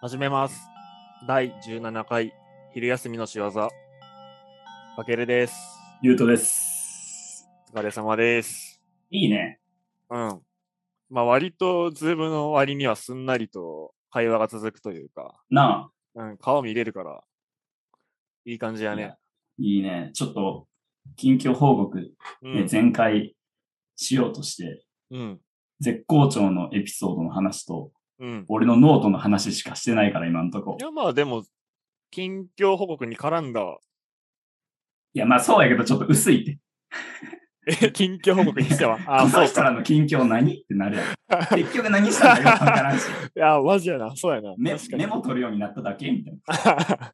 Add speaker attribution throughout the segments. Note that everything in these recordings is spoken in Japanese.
Speaker 1: 始めます。第17回昼休みの仕業。かけるです。
Speaker 2: ゆうとです。
Speaker 1: お疲れ様です。
Speaker 2: いいね。
Speaker 1: うん。まあ割とズームの割にはすんなりと会話が続くというか、
Speaker 2: なあ。
Speaker 1: うん、顔見れるから、いい感じやね。
Speaker 2: いいね。ちょっと、近況報告、
Speaker 1: う
Speaker 2: ね
Speaker 1: ん。
Speaker 2: 全開しようとして、
Speaker 1: うん。
Speaker 2: 絶好調のエピソードの話と、
Speaker 1: うん。
Speaker 2: 俺のノートの話しかしてないから、今んとこ
Speaker 1: い。やまあでも、近況報告に絡んだ、
Speaker 2: いや、まあそうやけど、ちょっと薄いって。
Speaker 1: え、近況報告に しては。あ、
Speaker 2: こ
Speaker 1: そ
Speaker 2: の
Speaker 1: う
Speaker 2: 人
Speaker 1: か。
Speaker 2: らの近況何ってなるやん。 結局何したんだよ、わからんし。
Speaker 1: いや、マジやな。そうやな。
Speaker 2: メ
Speaker 1: 確かに
Speaker 2: メ。モ取るようになっただけみたいな。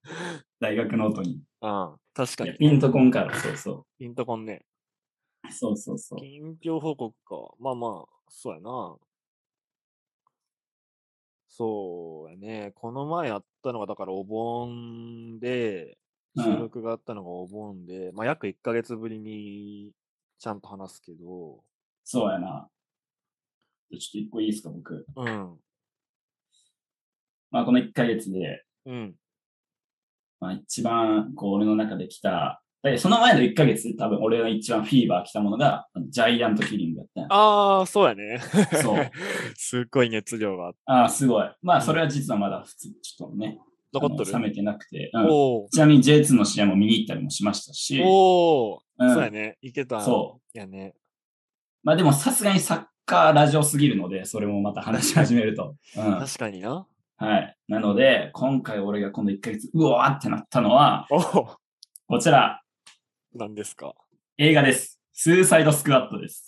Speaker 2: 大学ノートに。
Speaker 1: うん。確か
Speaker 2: いや
Speaker 1: に。
Speaker 2: ピンとこんから、そうそ
Speaker 1: ピンとこんね。
Speaker 2: う。そうそうそう。
Speaker 1: 近況報告か。まあまあ、そうやな。そうやね。この前あったのが、だからお盆で、
Speaker 2: うん
Speaker 1: 収録があったのがお盆で、まあ約1ヶ月ぶりにちゃんと話すけど、
Speaker 2: そうやな。ちょっと一個いいですか、僕。
Speaker 1: うん、
Speaker 2: まあこの1ヶ月で、
Speaker 1: うん、
Speaker 2: まあ、一番、こう、俺の中で来た、だけどその前の1ヶ月、多分俺が一番フィーバー来たものが、あのジャイアントキリングだったんや
Speaker 1: ああ、そうやね。
Speaker 2: そう。
Speaker 1: すっごい熱量が
Speaker 2: ああ、すごい。まあ、それは実はまだ普通、ちょっとね、
Speaker 1: 残っと
Speaker 2: あの
Speaker 1: る。
Speaker 2: 冷めてなくて、うん
Speaker 1: おお
Speaker 2: ちなみに J2 の試合も見に行ったりもしましたし、
Speaker 1: おお、
Speaker 2: うん
Speaker 1: そうやね。いけた。。
Speaker 2: そう
Speaker 1: やね。
Speaker 2: まあでもさすがにサッカーラジオすぎるので、それもまた話し始めると。うん、
Speaker 1: 確かにな。
Speaker 2: はい。なので、今回俺が今度1ヶ月、うわーってなったのは、
Speaker 1: おお、
Speaker 2: こちら、
Speaker 1: なんですか。
Speaker 2: 映画です。スーサイドスクワットです。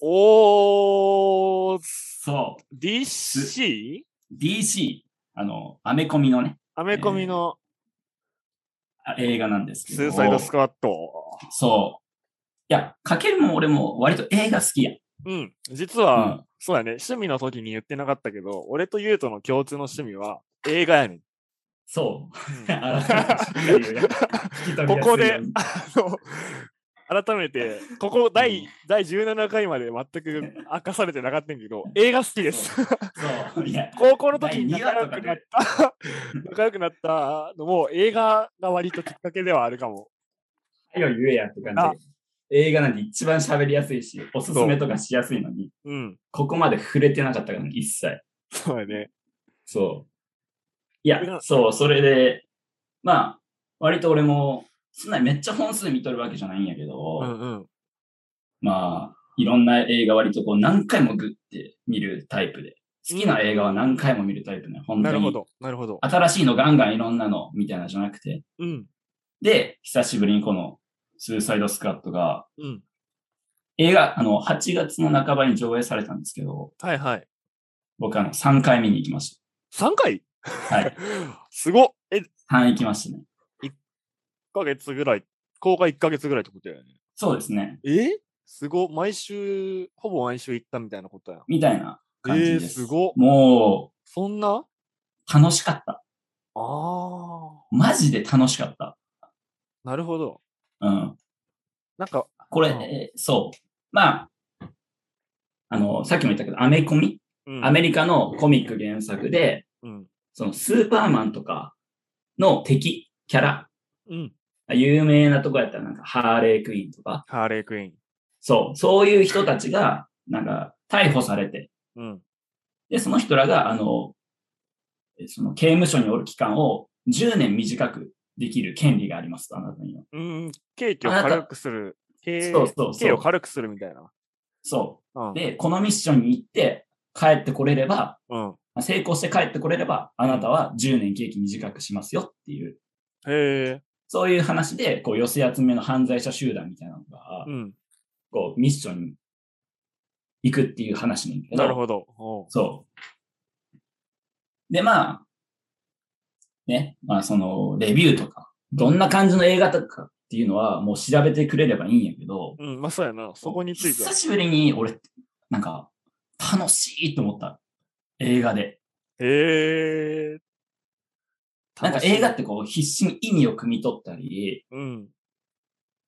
Speaker 1: おー、
Speaker 2: そう。
Speaker 1: DC?
Speaker 2: DC、あの、アメコミのね、
Speaker 1: アメコミの
Speaker 2: あ映画なんですけど。
Speaker 1: スーサイドスクワット。
Speaker 2: そう。いや、かけるも俺も割と映画好きや。
Speaker 1: うん。実
Speaker 2: う
Speaker 1: は、
Speaker 2: ん。
Speaker 1: そうやね。趣味の時に言ってなかったけど、俺とユウとの共通の趣味は映画や ねん。
Speaker 2: そう。
Speaker 1: うん
Speaker 2: 改めて聞き取りやすいよ う
Speaker 1: こ
Speaker 2: に
Speaker 1: こ で、あの、改めて、ここ第,、
Speaker 2: うん
Speaker 1: 第17回まで全く明かされてなかったんやけど、映画好きです。
Speaker 2: そう。い や、
Speaker 1: 高校の時に
Speaker 2: 第二
Speaker 1: 仲
Speaker 2: 話
Speaker 1: 良
Speaker 2: とか
Speaker 1: く
Speaker 2: で
Speaker 1: なっ た、仲良くなったのも映画が割ときっかけではあるかも。
Speaker 2: よ言えやって
Speaker 1: あ
Speaker 2: 感じ。映画なんて一番喋りやすいし、おすすめとかしやすいのに、
Speaker 1: うん。
Speaker 2: ここまで触れてなかったから、ね、一切。
Speaker 1: そうやね。
Speaker 2: そう。いや
Speaker 1: いや、
Speaker 2: そう、それで、まあ、割と俺も、そんなにめっちゃ本数見とるわけじゃないんやけど、
Speaker 1: うんうん。
Speaker 2: まあ、いろんな映画割とこう何回もグッて見るタイプで、好きな映画は何回も見るタイプね、本
Speaker 1: な
Speaker 2: 当
Speaker 1: るほ
Speaker 2: に。
Speaker 1: ど。なるほど。
Speaker 2: 新しいのガンガンいろんなのみたいなのじゃなくて。
Speaker 1: うん。
Speaker 2: で、久しぶりにこのスーサイドスカットが、
Speaker 1: うん。
Speaker 2: 映画、あの、8月の半ばに上映されたんですけど、
Speaker 1: はいはい。
Speaker 2: 僕あの、3回見に行きまし
Speaker 1: 3回
Speaker 2: た。 はい。
Speaker 1: すごっえ、1
Speaker 2: 3行きましたね。
Speaker 1: ヶ月ぐらい、公開1ヶ月ぐらいってことやね。
Speaker 2: そうですね。
Speaker 1: えすごっ毎週、ほぼ毎週行ったみたいなことやん。
Speaker 2: みたいな感じ
Speaker 1: えー、
Speaker 2: です。
Speaker 1: すごっ
Speaker 2: も
Speaker 1: そんな
Speaker 2: う、楽しかった。
Speaker 1: ああ
Speaker 2: マジで楽しかった。
Speaker 1: ー、なるほど。
Speaker 2: うん。
Speaker 1: なんか、
Speaker 2: これ、
Speaker 1: うん
Speaker 2: えーそう。まあ、あの、さっきも言ったけど、アメコミ
Speaker 1: うん
Speaker 2: アメリカのコミック原作で、
Speaker 1: うん。
Speaker 2: そのスーパーマンとかの敵、キャラ、
Speaker 1: うん。
Speaker 2: 有名なとこやったらなんかハーレークイーンとか、
Speaker 1: ハーレークイーン。
Speaker 2: そう、そういう人たちが、なんか逮捕されて、
Speaker 1: うん。
Speaker 2: で、その人らが、あの、えその刑務所におる期間を10年短くできる権利がありますと、あなたには。
Speaker 1: うん。刑期を
Speaker 2: あなた
Speaker 1: 軽くする。刑
Speaker 2: そうそうそう
Speaker 1: 刑を軽くするみたいな。
Speaker 2: そ
Speaker 1: うん
Speaker 2: う。。で、このミッションに行って帰ってこれれば、
Speaker 1: うん。
Speaker 2: まあ成功して帰ってこれれば、あなたは10年刑期短くしますよっていう
Speaker 1: へえ。
Speaker 2: そういう話で、こう、寄せ集めの犯罪者集団みたいなのが、
Speaker 1: うん。
Speaker 2: こう、ミッションに行くっていう話なんだけど。
Speaker 1: なるほど。おう
Speaker 2: そう。で、まあ、ね、まあ、その、レビューとか、どんな感じの映画とかっていうのは、もう調べてくれればいいんやけど、
Speaker 1: うん。まあ、そうやな。そこについては
Speaker 2: 久。しぶりに、俺、なんか、楽しいと思った。映画で。
Speaker 1: へえ。
Speaker 2: なんか映画ってこう、必死に意味を汲み取ったり、
Speaker 1: うん。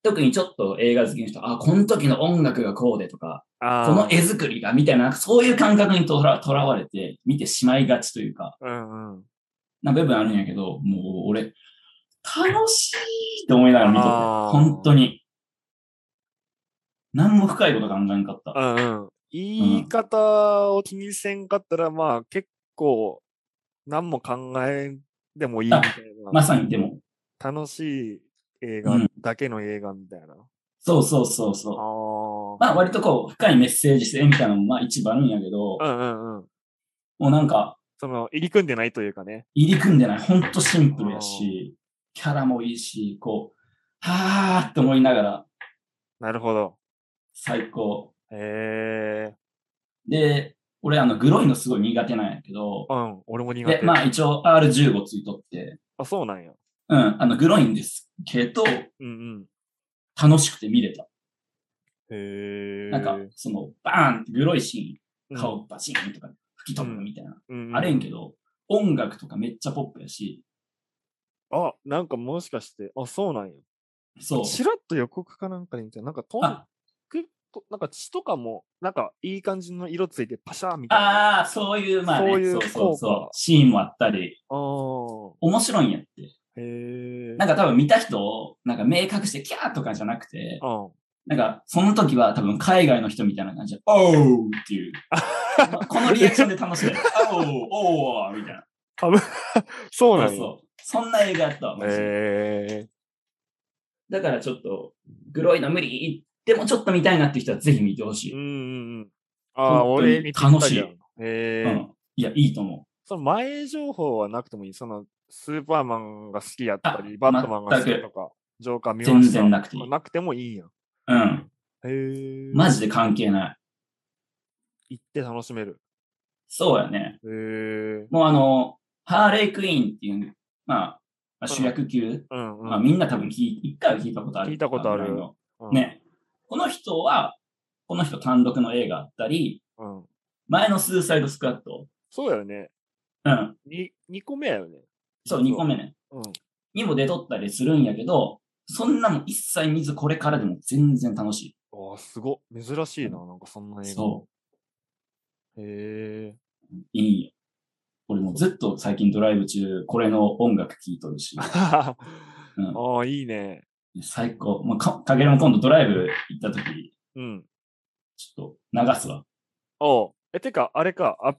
Speaker 2: 特にちょっと映画好きの人、あ、この時の音楽がこうでとか、
Speaker 1: ああ。
Speaker 2: この絵作りがみたいな、そういう感覚にとらとらわれて見てしまいがちというか、
Speaker 1: うんうん。
Speaker 2: な部分あるんやけど、もう俺、楽しいって思いながら見とって、
Speaker 1: あー
Speaker 2: 本当に。何も深いこと考えんかった。
Speaker 1: うんうん。言い方を気にせんかったら、まあ結構、何も考えんでもいいみたいな。
Speaker 2: まさにでも、
Speaker 1: 楽しい映画
Speaker 2: うん
Speaker 1: だけの映画みたいな。
Speaker 2: そうそうそうそう。
Speaker 1: ああ。
Speaker 2: まあ割とこう、深いメッセージ性みたいなのもまあ一番あるんやけど、
Speaker 1: うんうんうん。
Speaker 2: もうなんか、
Speaker 1: その、入り組んでないというかね。
Speaker 2: 入り組んでない、ほんとシンプルやし、キャラもいいし、こう、はーって思いながら、
Speaker 1: なるほど。
Speaker 2: 最高。
Speaker 1: ええ
Speaker 2: で、俺、あの、グロいのすごい苦手なんやけど、
Speaker 1: うん、俺も苦
Speaker 2: で
Speaker 1: 手。、
Speaker 2: まあ一応 R15 ついとって、
Speaker 1: あ、そうなんや。
Speaker 2: うん、あの、グロいんですけど、
Speaker 1: うん
Speaker 2: 楽しくて見れた。
Speaker 1: うん。へえ。
Speaker 2: なんか、その、バーンってグロいシ
Speaker 1: う
Speaker 2: ー
Speaker 1: ん
Speaker 2: ン、顔バシーンとか吹き飛ぶみたいな、
Speaker 1: うんうん
Speaker 2: あれやんけど、音楽とかめっちゃポップやし、
Speaker 1: あ、なんかもしかして、あ、そうなんや。
Speaker 2: そう。
Speaker 1: ちらっと予告かなんかで見たら、なんかとん
Speaker 2: あ、
Speaker 1: 結構、なんか血とかも、なんかいい感じの色ついて、パシャーみたいな。あ
Speaker 2: ああ、そういう、まあね、
Speaker 1: そ
Speaker 2: そうう
Speaker 1: いう
Speaker 2: そうそう
Speaker 1: 効果
Speaker 2: シーンもあったり、
Speaker 1: あー。
Speaker 2: 面白いんやって。
Speaker 1: へえ。
Speaker 2: なんか多分見た人を、なんか明確してキャーとかじゃなくて、
Speaker 1: うん。
Speaker 2: なんかその時は多分海外の人みたいな感じで、おーっていう。まこのリアクションで楽しめる。 おー、おーみたいな。
Speaker 1: あぶそう
Speaker 2: そ
Speaker 1: な
Speaker 2: うん
Speaker 1: や。
Speaker 2: そう。そんな映画やったわ、マジで
Speaker 1: へえ。
Speaker 2: だからちょっと、グロいの無理でもちょっと見たいなって人はぜひ見てほし
Speaker 1: う
Speaker 2: い、
Speaker 1: ん
Speaker 2: う
Speaker 1: うんうん。ああ、
Speaker 2: 本当に
Speaker 1: 俺にぴったり
Speaker 2: 楽しい
Speaker 1: やん。へ
Speaker 2: ん
Speaker 1: え。
Speaker 2: いや、いいと思
Speaker 1: その前情報はなくてもいい。その、スーパーマンが好きやったり、
Speaker 2: あ
Speaker 1: バットマンが好き
Speaker 2: 全く
Speaker 1: とか、ジョーカー見
Speaker 2: う。
Speaker 1: ました
Speaker 2: 全然なくていい。
Speaker 1: なくてもいいやん。
Speaker 2: うん。
Speaker 1: へえ。
Speaker 2: マジで関係ない。
Speaker 1: 行って楽しめる。
Speaker 2: そうやね。
Speaker 1: へえ。
Speaker 2: もうあの、ハーレイクイーンっていう、まあ、まあ主役級、
Speaker 1: うんうん。
Speaker 2: まあみんな多分聞い一回は聞いたことある。
Speaker 1: 聞いたことある
Speaker 2: ぐらいの
Speaker 1: うん。
Speaker 2: ね。この人は、この人単独の映画あったり、
Speaker 1: うん。
Speaker 2: 前のスーサイドスクワット、
Speaker 1: そうだよね。
Speaker 2: うん、
Speaker 1: に、2個目やよね。
Speaker 2: そう、2個目ね、
Speaker 1: うん。
Speaker 2: にも出とったりするんやけど、そんなの一切見ず、これからでも全然楽し。
Speaker 1: ああ、すごっ。珍しいな。なんかそんない映
Speaker 2: そ
Speaker 1: 画。へえ。
Speaker 2: う、いいよ。俺もうずっと最近ドライブ中、これの音楽聴いとる し、
Speaker 1: あ
Speaker 2: うん
Speaker 1: あ、いいね。
Speaker 2: 最高。もうか、かげるも今度ドライブ行った時、
Speaker 1: うん。
Speaker 2: ちょっと流すわ。
Speaker 1: おう。え、てか、あれか、アッ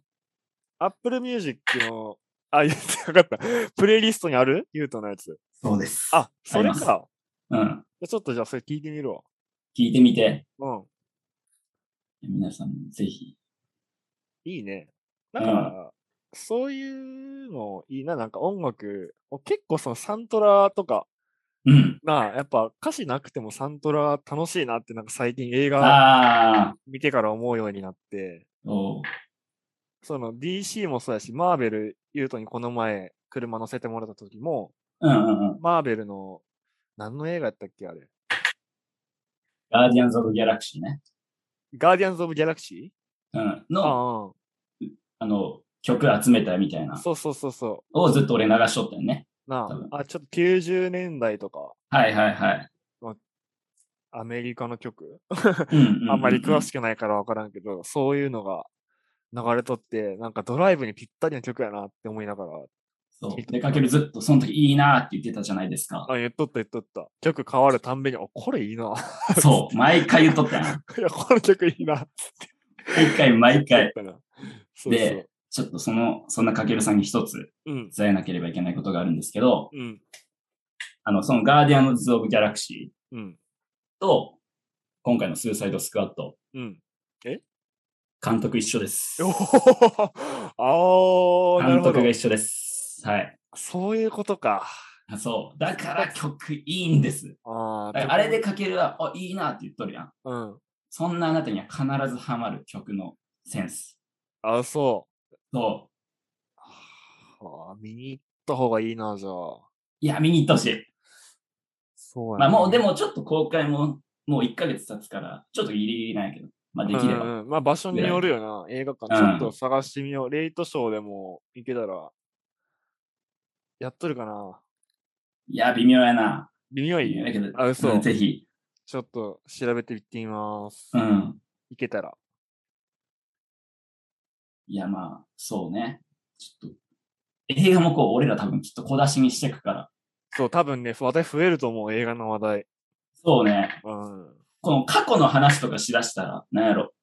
Speaker 1: アップルミュージックの、あ、 言ってなかった。プレイリストにあるユートのやつ。
Speaker 2: そうです
Speaker 1: あ、それ
Speaker 2: あります
Speaker 1: か。
Speaker 2: うん。
Speaker 1: ちょっとじゃあ、それ聞いてみるわ。
Speaker 2: 聞いてみて、
Speaker 1: うん。
Speaker 2: 皆さんもぜひ。
Speaker 1: いいね。なんか、そういうのいいな。なんか音楽、結構そのサントラとか、
Speaker 2: うん。
Speaker 1: なあ、やっぱ歌詞なくてもサントラ楽しいなって、なんか最近映画
Speaker 2: ああ、
Speaker 1: 見てから思うようになって、
Speaker 2: おう
Speaker 1: その DC もそうやし、マーベル、ユートにこの前車乗せてもらった時も、
Speaker 2: うんうんうん。
Speaker 1: マーベルの、何の映画やったっけあれ。
Speaker 2: ガーディアンズ・オブ・ギャラクシーね。
Speaker 1: ガーディアンズ・オブ・ギャラクシ
Speaker 2: うん。
Speaker 1: ー
Speaker 2: の、あ
Speaker 1: あ
Speaker 2: の、曲集めたみたい
Speaker 1: あ、
Speaker 2: な。
Speaker 1: そうそうそうそ
Speaker 2: をずっと俺流しとったよね。
Speaker 1: う。な
Speaker 2: 多分
Speaker 1: あ、あ、ちょっと90年代とか、
Speaker 2: はいはいはい。
Speaker 1: アメリカの曲、
Speaker 2: うんうんうん
Speaker 1: あんまり詳し
Speaker 2: く。
Speaker 1: くないからわからんけど、そういうのが流れとって、なんかドライブにぴったりの曲やなって思いながら、
Speaker 2: そう。出かけるずっと、その時いいなーって言ってたじゃないですか。
Speaker 1: あ、言っとった言っとった。曲変わるたんびに、あ、これいいな。
Speaker 2: そう。毎回言っとったよ。
Speaker 1: いや、この曲いいな。
Speaker 2: 毎回毎
Speaker 1: 言っ
Speaker 2: 回。
Speaker 1: たな。そうそう
Speaker 2: で。、ちょっとその、そんなかけるさんに一つ
Speaker 1: うん。
Speaker 2: 伝えなければいけないことがあるんですけど、
Speaker 1: うん。
Speaker 2: あの、そのガーディアンズ・オブ・ギャラクシ
Speaker 1: うん。
Speaker 2: ーと、今回のスーサイド・スクワット、
Speaker 1: うん。
Speaker 2: 監督一緒です。
Speaker 1: おおあー、なる
Speaker 2: 監
Speaker 1: ほど
Speaker 2: 督が。一緒です。はい。
Speaker 1: そういうことか。
Speaker 2: あそう。だから曲いいんです。
Speaker 1: あ
Speaker 2: だ
Speaker 1: ー
Speaker 2: からあれで、かけるは、あ、いいなって言っとるやん。
Speaker 1: うん。
Speaker 2: そんなあなたには必ずハマる曲のセンス。
Speaker 1: あ、そう。
Speaker 2: そう。
Speaker 1: あー見に行った方がいいな、じゃあ。
Speaker 2: いや、見に行ってほしい。
Speaker 1: そうや
Speaker 2: まあもう、で
Speaker 1: も、
Speaker 2: もちょっと公開も、もう1ヶ月経つから、ちょっとギリギリなんやけど、まあできれば。
Speaker 1: うんうんまあ場所によるよな。映画館、ちょっと探してみよう。レイトショーでも行けたら、やっとるかな。
Speaker 2: いや、微妙やな。
Speaker 1: 微妙
Speaker 2: 微
Speaker 1: い
Speaker 2: 妙やけど、
Speaker 1: あ嘘
Speaker 2: んぜひ。
Speaker 1: ちょっと調べてみてみます。
Speaker 2: う
Speaker 1: 行
Speaker 2: ん。
Speaker 1: けたら。
Speaker 2: いや、まあ、そうね。ちょっと、映画もこう、俺ら多分きっと小出しにしていくから。
Speaker 1: そう、多分ね、話題増えると思う、映画の話題。
Speaker 2: そうね。
Speaker 1: うん。
Speaker 2: この過去の話とかしだしたら、なんやろ。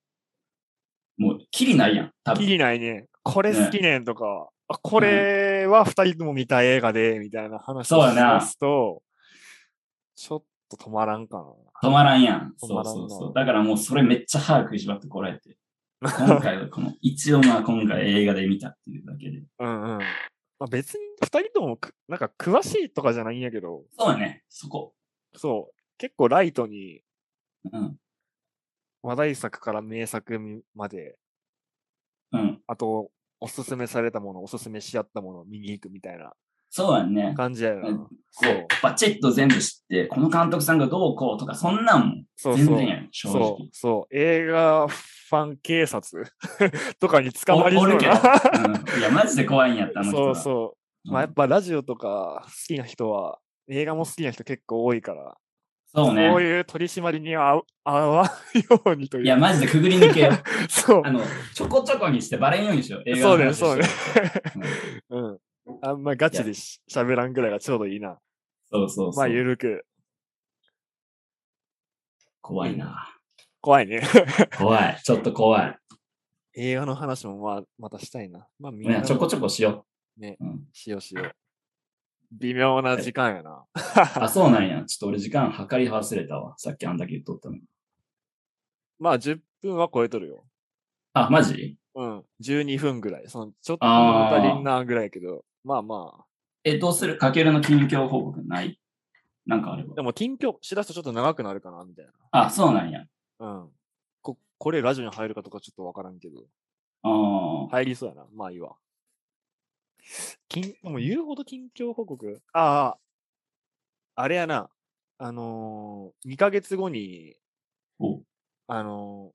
Speaker 2: もう、キリないやん。多
Speaker 1: き
Speaker 2: 分。
Speaker 1: りないね。これ好きねんとか、あこれは二人とも見たい映画で、みたいな話
Speaker 2: そう
Speaker 1: を
Speaker 2: や
Speaker 1: し
Speaker 2: な
Speaker 1: ますと、ちょっと止まらんか
Speaker 2: 止まらんやん。
Speaker 1: 止まら
Speaker 2: そう
Speaker 1: んな
Speaker 2: そうそう。だからもうそれめっちゃ歯食いしばってこられて。今回はこの、一応まあ今回映画で見たっていうだけで。
Speaker 1: な。うんうん。まあ、別に二人ともく、なんか詳しいとかじゃないんやけど、
Speaker 2: そうね。そこ。
Speaker 1: そう、結構ライトに
Speaker 2: うん。
Speaker 1: 話題作から名作まで、
Speaker 2: うん。
Speaker 1: あと、おすすめされたもの、おすすめし合ったものを見に行くみたいな
Speaker 2: そうやんね。
Speaker 1: 感じやな。
Speaker 2: うん
Speaker 1: そう。
Speaker 2: バチッと全部知って、この監督さんがどうこうとか、そんなんも
Speaker 1: そう
Speaker 2: 全
Speaker 1: そう
Speaker 2: 然。やん、正直。
Speaker 1: そう、そう。映画ファン警察 とかに捕まり
Speaker 2: お
Speaker 1: そ
Speaker 2: お
Speaker 1: う
Speaker 2: るけ ど、
Speaker 1: な。
Speaker 2: うんいや、マジで怖いんやった、あの人
Speaker 1: そ
Speaker 2: は。
Speaker 1: うそうう。
Speaker 2: ん
Speaker 1: まあやっぱラジオとか好きな人は、映画も好きな人結構多いから、
Speaker 2: そうね。
Speaker 1: こういう取り締まりに合う合わんようにという。
Speaker 2: いや、マジでくぐり抜けよ う。
Speaker 1: そう
Speaker 2: あ。の、ちょこちょこにしてバレんようにしよう。映画
Speaker 1: そ
Speaker 2: の
Speaker 1: うね、
Speaker 2: 話して
Speaker 1: そうね。
Speaker 2: うん
Speaker 1: うん。あんまガチでし喋らんぐらいがちょうどいいな。
Speaker 2: そうそうそ
Speaker 1: まあ、ゆ
Speaker 2: う。
Speaker 1: るく。
Speaker 2: 怖いな。
Speaker 1: 怖いね。
Speaker 2: 怖い。ちょっと怖い。
Speaker 1: 映画の話もまあ、またしたいな。まあ、みんな
Speaker 2: ね、ちょこちょこしよ
Speaker 1: ね
Speaker 2: う。うん、
Speaker 1: しようしよう。微妙な時間やな。
Speaker 2: あ、そうなんや。ちょっと俺時間計り忘れたわ。さっきあんだけ言っとったのに。
Speaker 1: まあ、10分は超えとるよ。
Speaker 2: あ、マジ
Speaker 1: うん。12分ぐらい。その、ちょっと
Speaker 2: あー
Speaker 1: 足りんなぐらいやけど。まあまあ。
Speaker 2: え、どうするかけるの近況報告ないなんかあれば
Speaker 1: で。も、近況しだすとちょっと長くなるかな、みたい
Speaker 2: あ、そうなんや。
Speaker 1: な。うん。こ、これラジオに入るかとかちょっとわからんけど。
Speaker 2: ああ。
Speaker 1: 入りそうやな。まあいいわ。近、もう言うほど近況報告ああ、あれやな。あのー、2ヶ月後に、
Speaker 2: お、
Speaker 1: あの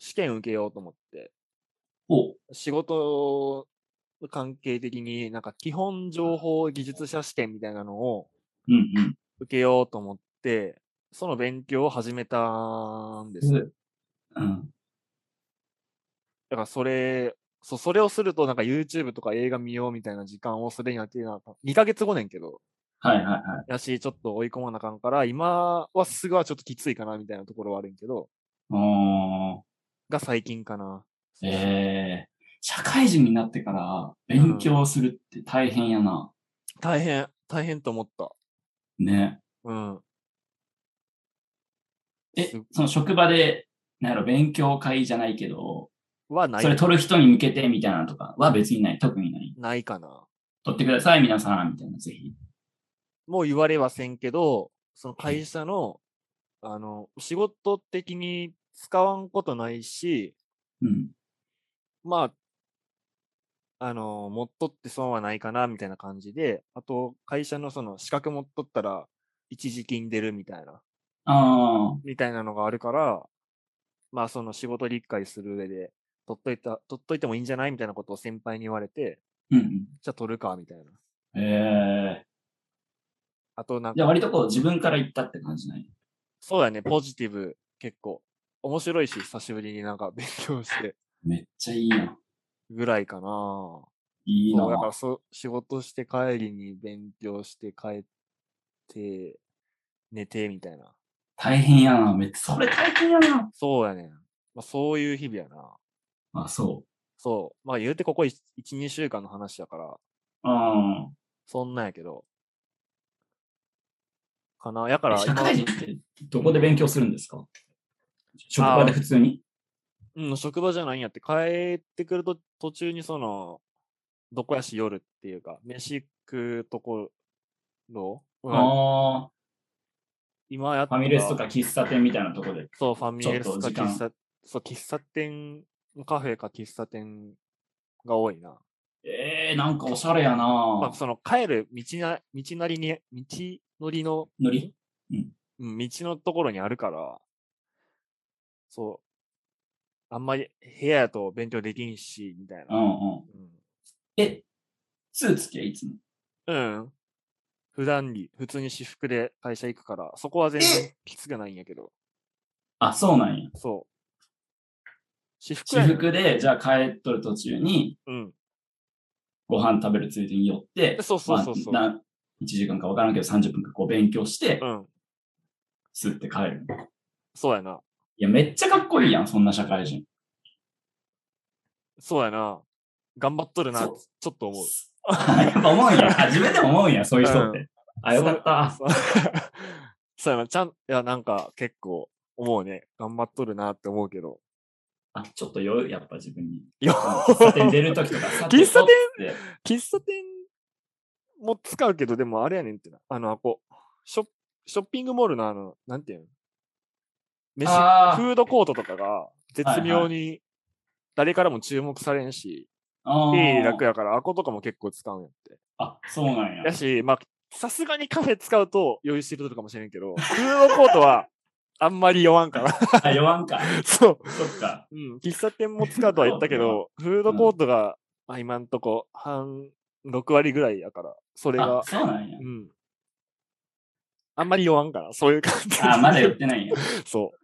Speaker 1: ー、試験受けようと思って、
Speaker 2: お、
Speaker 1: 仕事の関係的になんか基本情報技術者試験みたいなのを
Speaker 2: うんうん。
Speaker 1: 受けようと思って、その勉強を始めたんです。
Speaker 2: うん。
Speaker 1: だからそれ、そう、それをするとなんか YouTube とか映画見ようみたいな時間をすでにやってな、2ヶ月後ねんけど、
Speaker 2: はいはいはい。
Speaker 1: やし、ちょっと追い込まなあかんから、今はすぐはちょっときついかなみたいなところはあるんやけど、
Speaker 2: あ
Speaker 1: が最近かな。
Speaker 2: ーえー、社会人になってから勉強するって大変やな。
Speaker 1: 大変、大変と思った。
Speaker 2: ね。
Speaker 1: うん。
Speaker 2: え
Speaker 1: す、
Speaker 2: その職場で、なんやろ、勉強会じゃないけど、
Speaker 1: はな
Speaker 2: それ
Speaker 1: い、
Speaker 2: 取る人に向けてみたいなのとかは別にない。特にない。
Speaker 1: ないかな。
Speaker 2: 取ってください、皆さん、みたいな、ぜひ。
Speaker 1: もう言われはせんけど、その会社の、あの、仕事的に使わんことないし、
Speaker 2: うん。
Speaker 1: まあ、あの、持っとって損はないかな、みたいな感じで、あと、会社のその資格持っとったら、一時金出るみたいな。
Speaker 2: あ
Speaker 1: みたいなのがあるから、まあその仕事理解する上で、取っといた、取っといてもいいんじゃないみたいなことを先輩に言われて、
Speaker 2: ー、うん
Speaker 1: じゃあ取るか、みたいな。
Speaker 2: うん。え
Speaker 1: あとなん
Speaker 2: ー、じゃ
Speaker 1: か、
Speaker 2: あ割とこう自分から言ったって感じない
Speaker 1: そうやね、ポジティブ、結構。面白いし、久しぶりになんか勉強して、
Speaker 2: めっちゃいいな。
Speaker 1: ぐらいかな。
Speaker 2: いいな
Speaker 1: そう、だからそう、仕事して帰りに勉強して帰って、寝て、みたいな。
Speaker 2: 大変やな。めっちゃ、それ大変やな。
Speaker 1: そうやね。まあそういう日々やな。
Speaker 2: あ、そ
Speaker 1: そう。まあ言うてここ1、2週間の話やから、
Speaker 2: う。うん。
Speaker 1: そんなんやけど。かな。やから
Speaker 2: え社
Speaker 1: 今、
Speaker 2: 会人ってどこで勉強するんですか職場で普通に
Speaker 1: うん、職場じゃないんやって、帰ってくると途中にその、どこやし夜っていうか、飯食うところ、うん
Speaker 2: ああ、
Speaker 1: 今やっ
Speaker 2: フ
Speaker 1: た
Speaker 2: ァミレスとか喫茶店みたいなとこで。
Speaker 1: そう、ファミレ
Speaker 2: ちょ
Speaker 1: スか
Speaker 2: っと時間
Speaker 1: 喫茶、そう、喫茶店、カフェか喫茶店が多いな。
Speaker 2: えー、なんかおしゃれや
Speaker 1: まあ、
Speaker 2: な
Speaker 1: その帰る道な、道なりに、道のりの
Speaker 2: のり
Speaker 1: うん道のところにあるから、そう、あんまり部屋やと勉強できんし、みたい
Speaker 2: うん
Speaker 1: な。
Speaker 2: うん。え、スーツ着ていつも。
Speaker 1: うん。うん、普段に、普通に私服で会社行くから、そこは全然きつくないんやけど、
Speaker 2: あ、そうなんや。
Speaker 1: そう。私服
Speaker 2: 私
Speaker 1: やねん
Speaker 2: 服で、じゃあ帰っとる途中に、
Speaker 1: うん。
Speaker 2: ご飯食べるついでに寄って、
Speaker 1: そうそうそうそう
Speaker 2: まあな1時間かわからんけど30分かこう勉強して
Speaker 1: う、ん。
Speaker 2: すって帰る。
Speaker 1: そうやな。
Speaker 2: いや、めっちゃかっこいいやん、そんな社会人。
Speaker 1: そうやな。頑張っとるな、
Speaker 2: そ
Speaker 1: ち
Speaker 2: う
Speaker 1: ょっと思う。
Speaker 2: やっぱ思うんや。あ自分でも思うんや、そういう人って。
Speaker 1: う
Speaker 2: あ、よかった。
Speaker 1: そう。 そうやな、ちゃん、いや、なんか結構思うね。頑張っとるなって思うけど。
Speaker 2: あ、ちょっと酔う、やっぱ自 分に。
Speaker 1: いや、
Speaker 2: 喫茶店出るときとか。さて
Speaker 1: 喫茶店
Speaker 2: 取って
Speaker 1: 喫茶店も使うけど、でもあれやねんってな。あの、あこう、ショッショッピングモールのあの、なんていうの飯、
Speaker 2: あー
Speaker 1: フードコートとかが絶妙に誰からも注目されんし、
Speaker 2: あー
Speaker 1: いい楽やから、あことかも結構使うんやって。
Speaker 2: あ、そうなんや
Speaker 1: や。し、まあ、さすがにカフェ使うと余裕してるとかもしれんけど、フードコート はあんまり弱んから。
Speaker 2: あ、酔わんか。
Speaker 1: そう。
Speaker 2: そっか。
Speaker 1: うん、喫茶店も使うとは言ったけど、フードコートが、まあ、今んとこ半、6割ぐらいやから、それ
Speaker 2: あ
Speaker 1: が、、
Speaker 2: そうなんや
Speaker 1: う。ん。あんまり弱んから、そういう感じ。
Speaker 2: あ、まだ酔ってないんや。
Speaker 1: そう。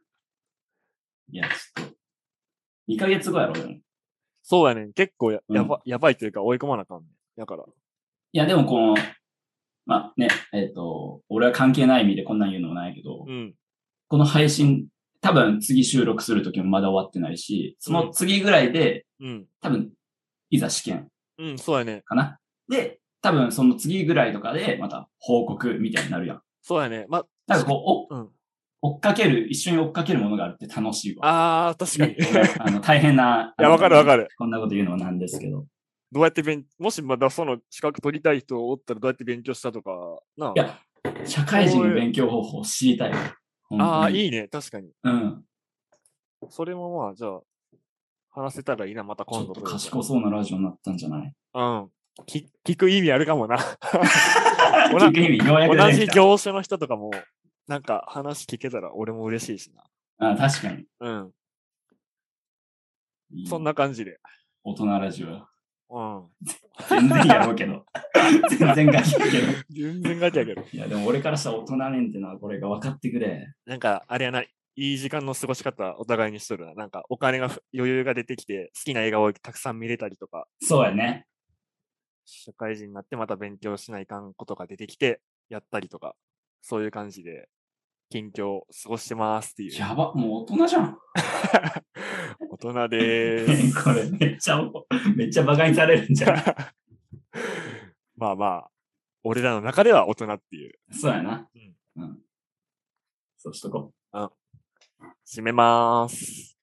Speaker 2: いや、ちょっと。2ヶ月後やろ、でも。い
Speaker 1: そうやねん。結構や,、
Speaker 2: うん
Speaker 1: やばやばいというか追い込まなあかんねん。だから。
Speaker 2: や、でもこの、まあね、えっ、と、俺は関係ない意味でこんなん言うのもないけど、
Speaker 1: うん。
Speaker 2: この配信、多分次収録するときもまだ終わってないし、その次ぐらいで、
Speaker 1: うん。
Speaker 2: 多分、いざ試験
Speaker 1: うん、そうやねん。
Speaker 2: かな。で、多分その次ぐらいとかで、また報告みたいになるやん。
Speaker 1: そうやねん。ま、
Speaker 2: なんかこう、
Speaker 1: うん。
Speaker 2: お追っかける、一緒に追っかけるものがあるって楽しいわ。
Speaker 1: あー、確かに。い
Speaker 2: ねあの大 変な。
Speaker 1: や、わかるわ
Speaker 2: る。
Speaker 1: かる。
Speaker 2: こんなこと言うのはなんですけど。
Speaker 1: どうやって勉、もしまだその資格取りたい人おったらどうやって勉強したとか、なあ
Speaker 2: いや、社会人の勉強方法を知りたい。
Speaker 1: ああ、
Speaker 2: い。
Speaker 1: いいね。確かに。
Speaker 2: うん。
Speaker 1: それもまあ、じゃあ、話せたらいいな、また
Speaker 2: ちょ
Speaker 1: 今
Speaker 2: っ
Speaker 1: 度
Speaker 2: と
Speaker 1: いうか
Speaker 2: 賢そうなラジオになったんじゃない
Speaker 1: うん。き聞く意味あるかもな。同じ
Speaker 2: 聞く意味ようやく
Speaker 1: 同
Speaker 2: 出て
Speaker 1: じ
Speaker 2: きた
Speaker 1: 業種の人とかも、なんか話聞けたら俺も嬉しいし
Speaker 2: あ確かに。
Speaker 1: な。
Speaker 2: い
Speaker 1: うん。
Speaker 2: い
Speaker 1: そんな感じで。
Speaker 2: 大人ラジオ。
Speaker 1: うん。
Speaker 2: 全然やろう けど。全然ガキやけど。
Speaker 1: 全然ガチやけど。
Speaker 2: いや、でも俺からしたら大人ねんってのはこれが分かってくれ。
Speaker 1: なんか、あれやな、いい時間の過ごし方お互いにしとるな。なんか、お金がふ余裕が出てきて、好きな映画をたくさん見れたりとか、
Speaker 2: そうやね。
Speaker 1: 社会人になってまた勉強しないかんことが出てきて、やったりとか、そういう感じで、近況を過ごしてますっていう。
Speaker 2: やば、もう大人じゃん。
Speaker 1: 大人でーす。
Speaker 2: これめっちゃ、めっちゃ馬鹿にされるんじゃん。
Speaker 1: まあまあ、俺らの中では大人っていう。
Speaker 2: そうやな。
Speaker 1: うん
Speaker 2: うん。そうしとこう。
Speaker 1: 締めまーす。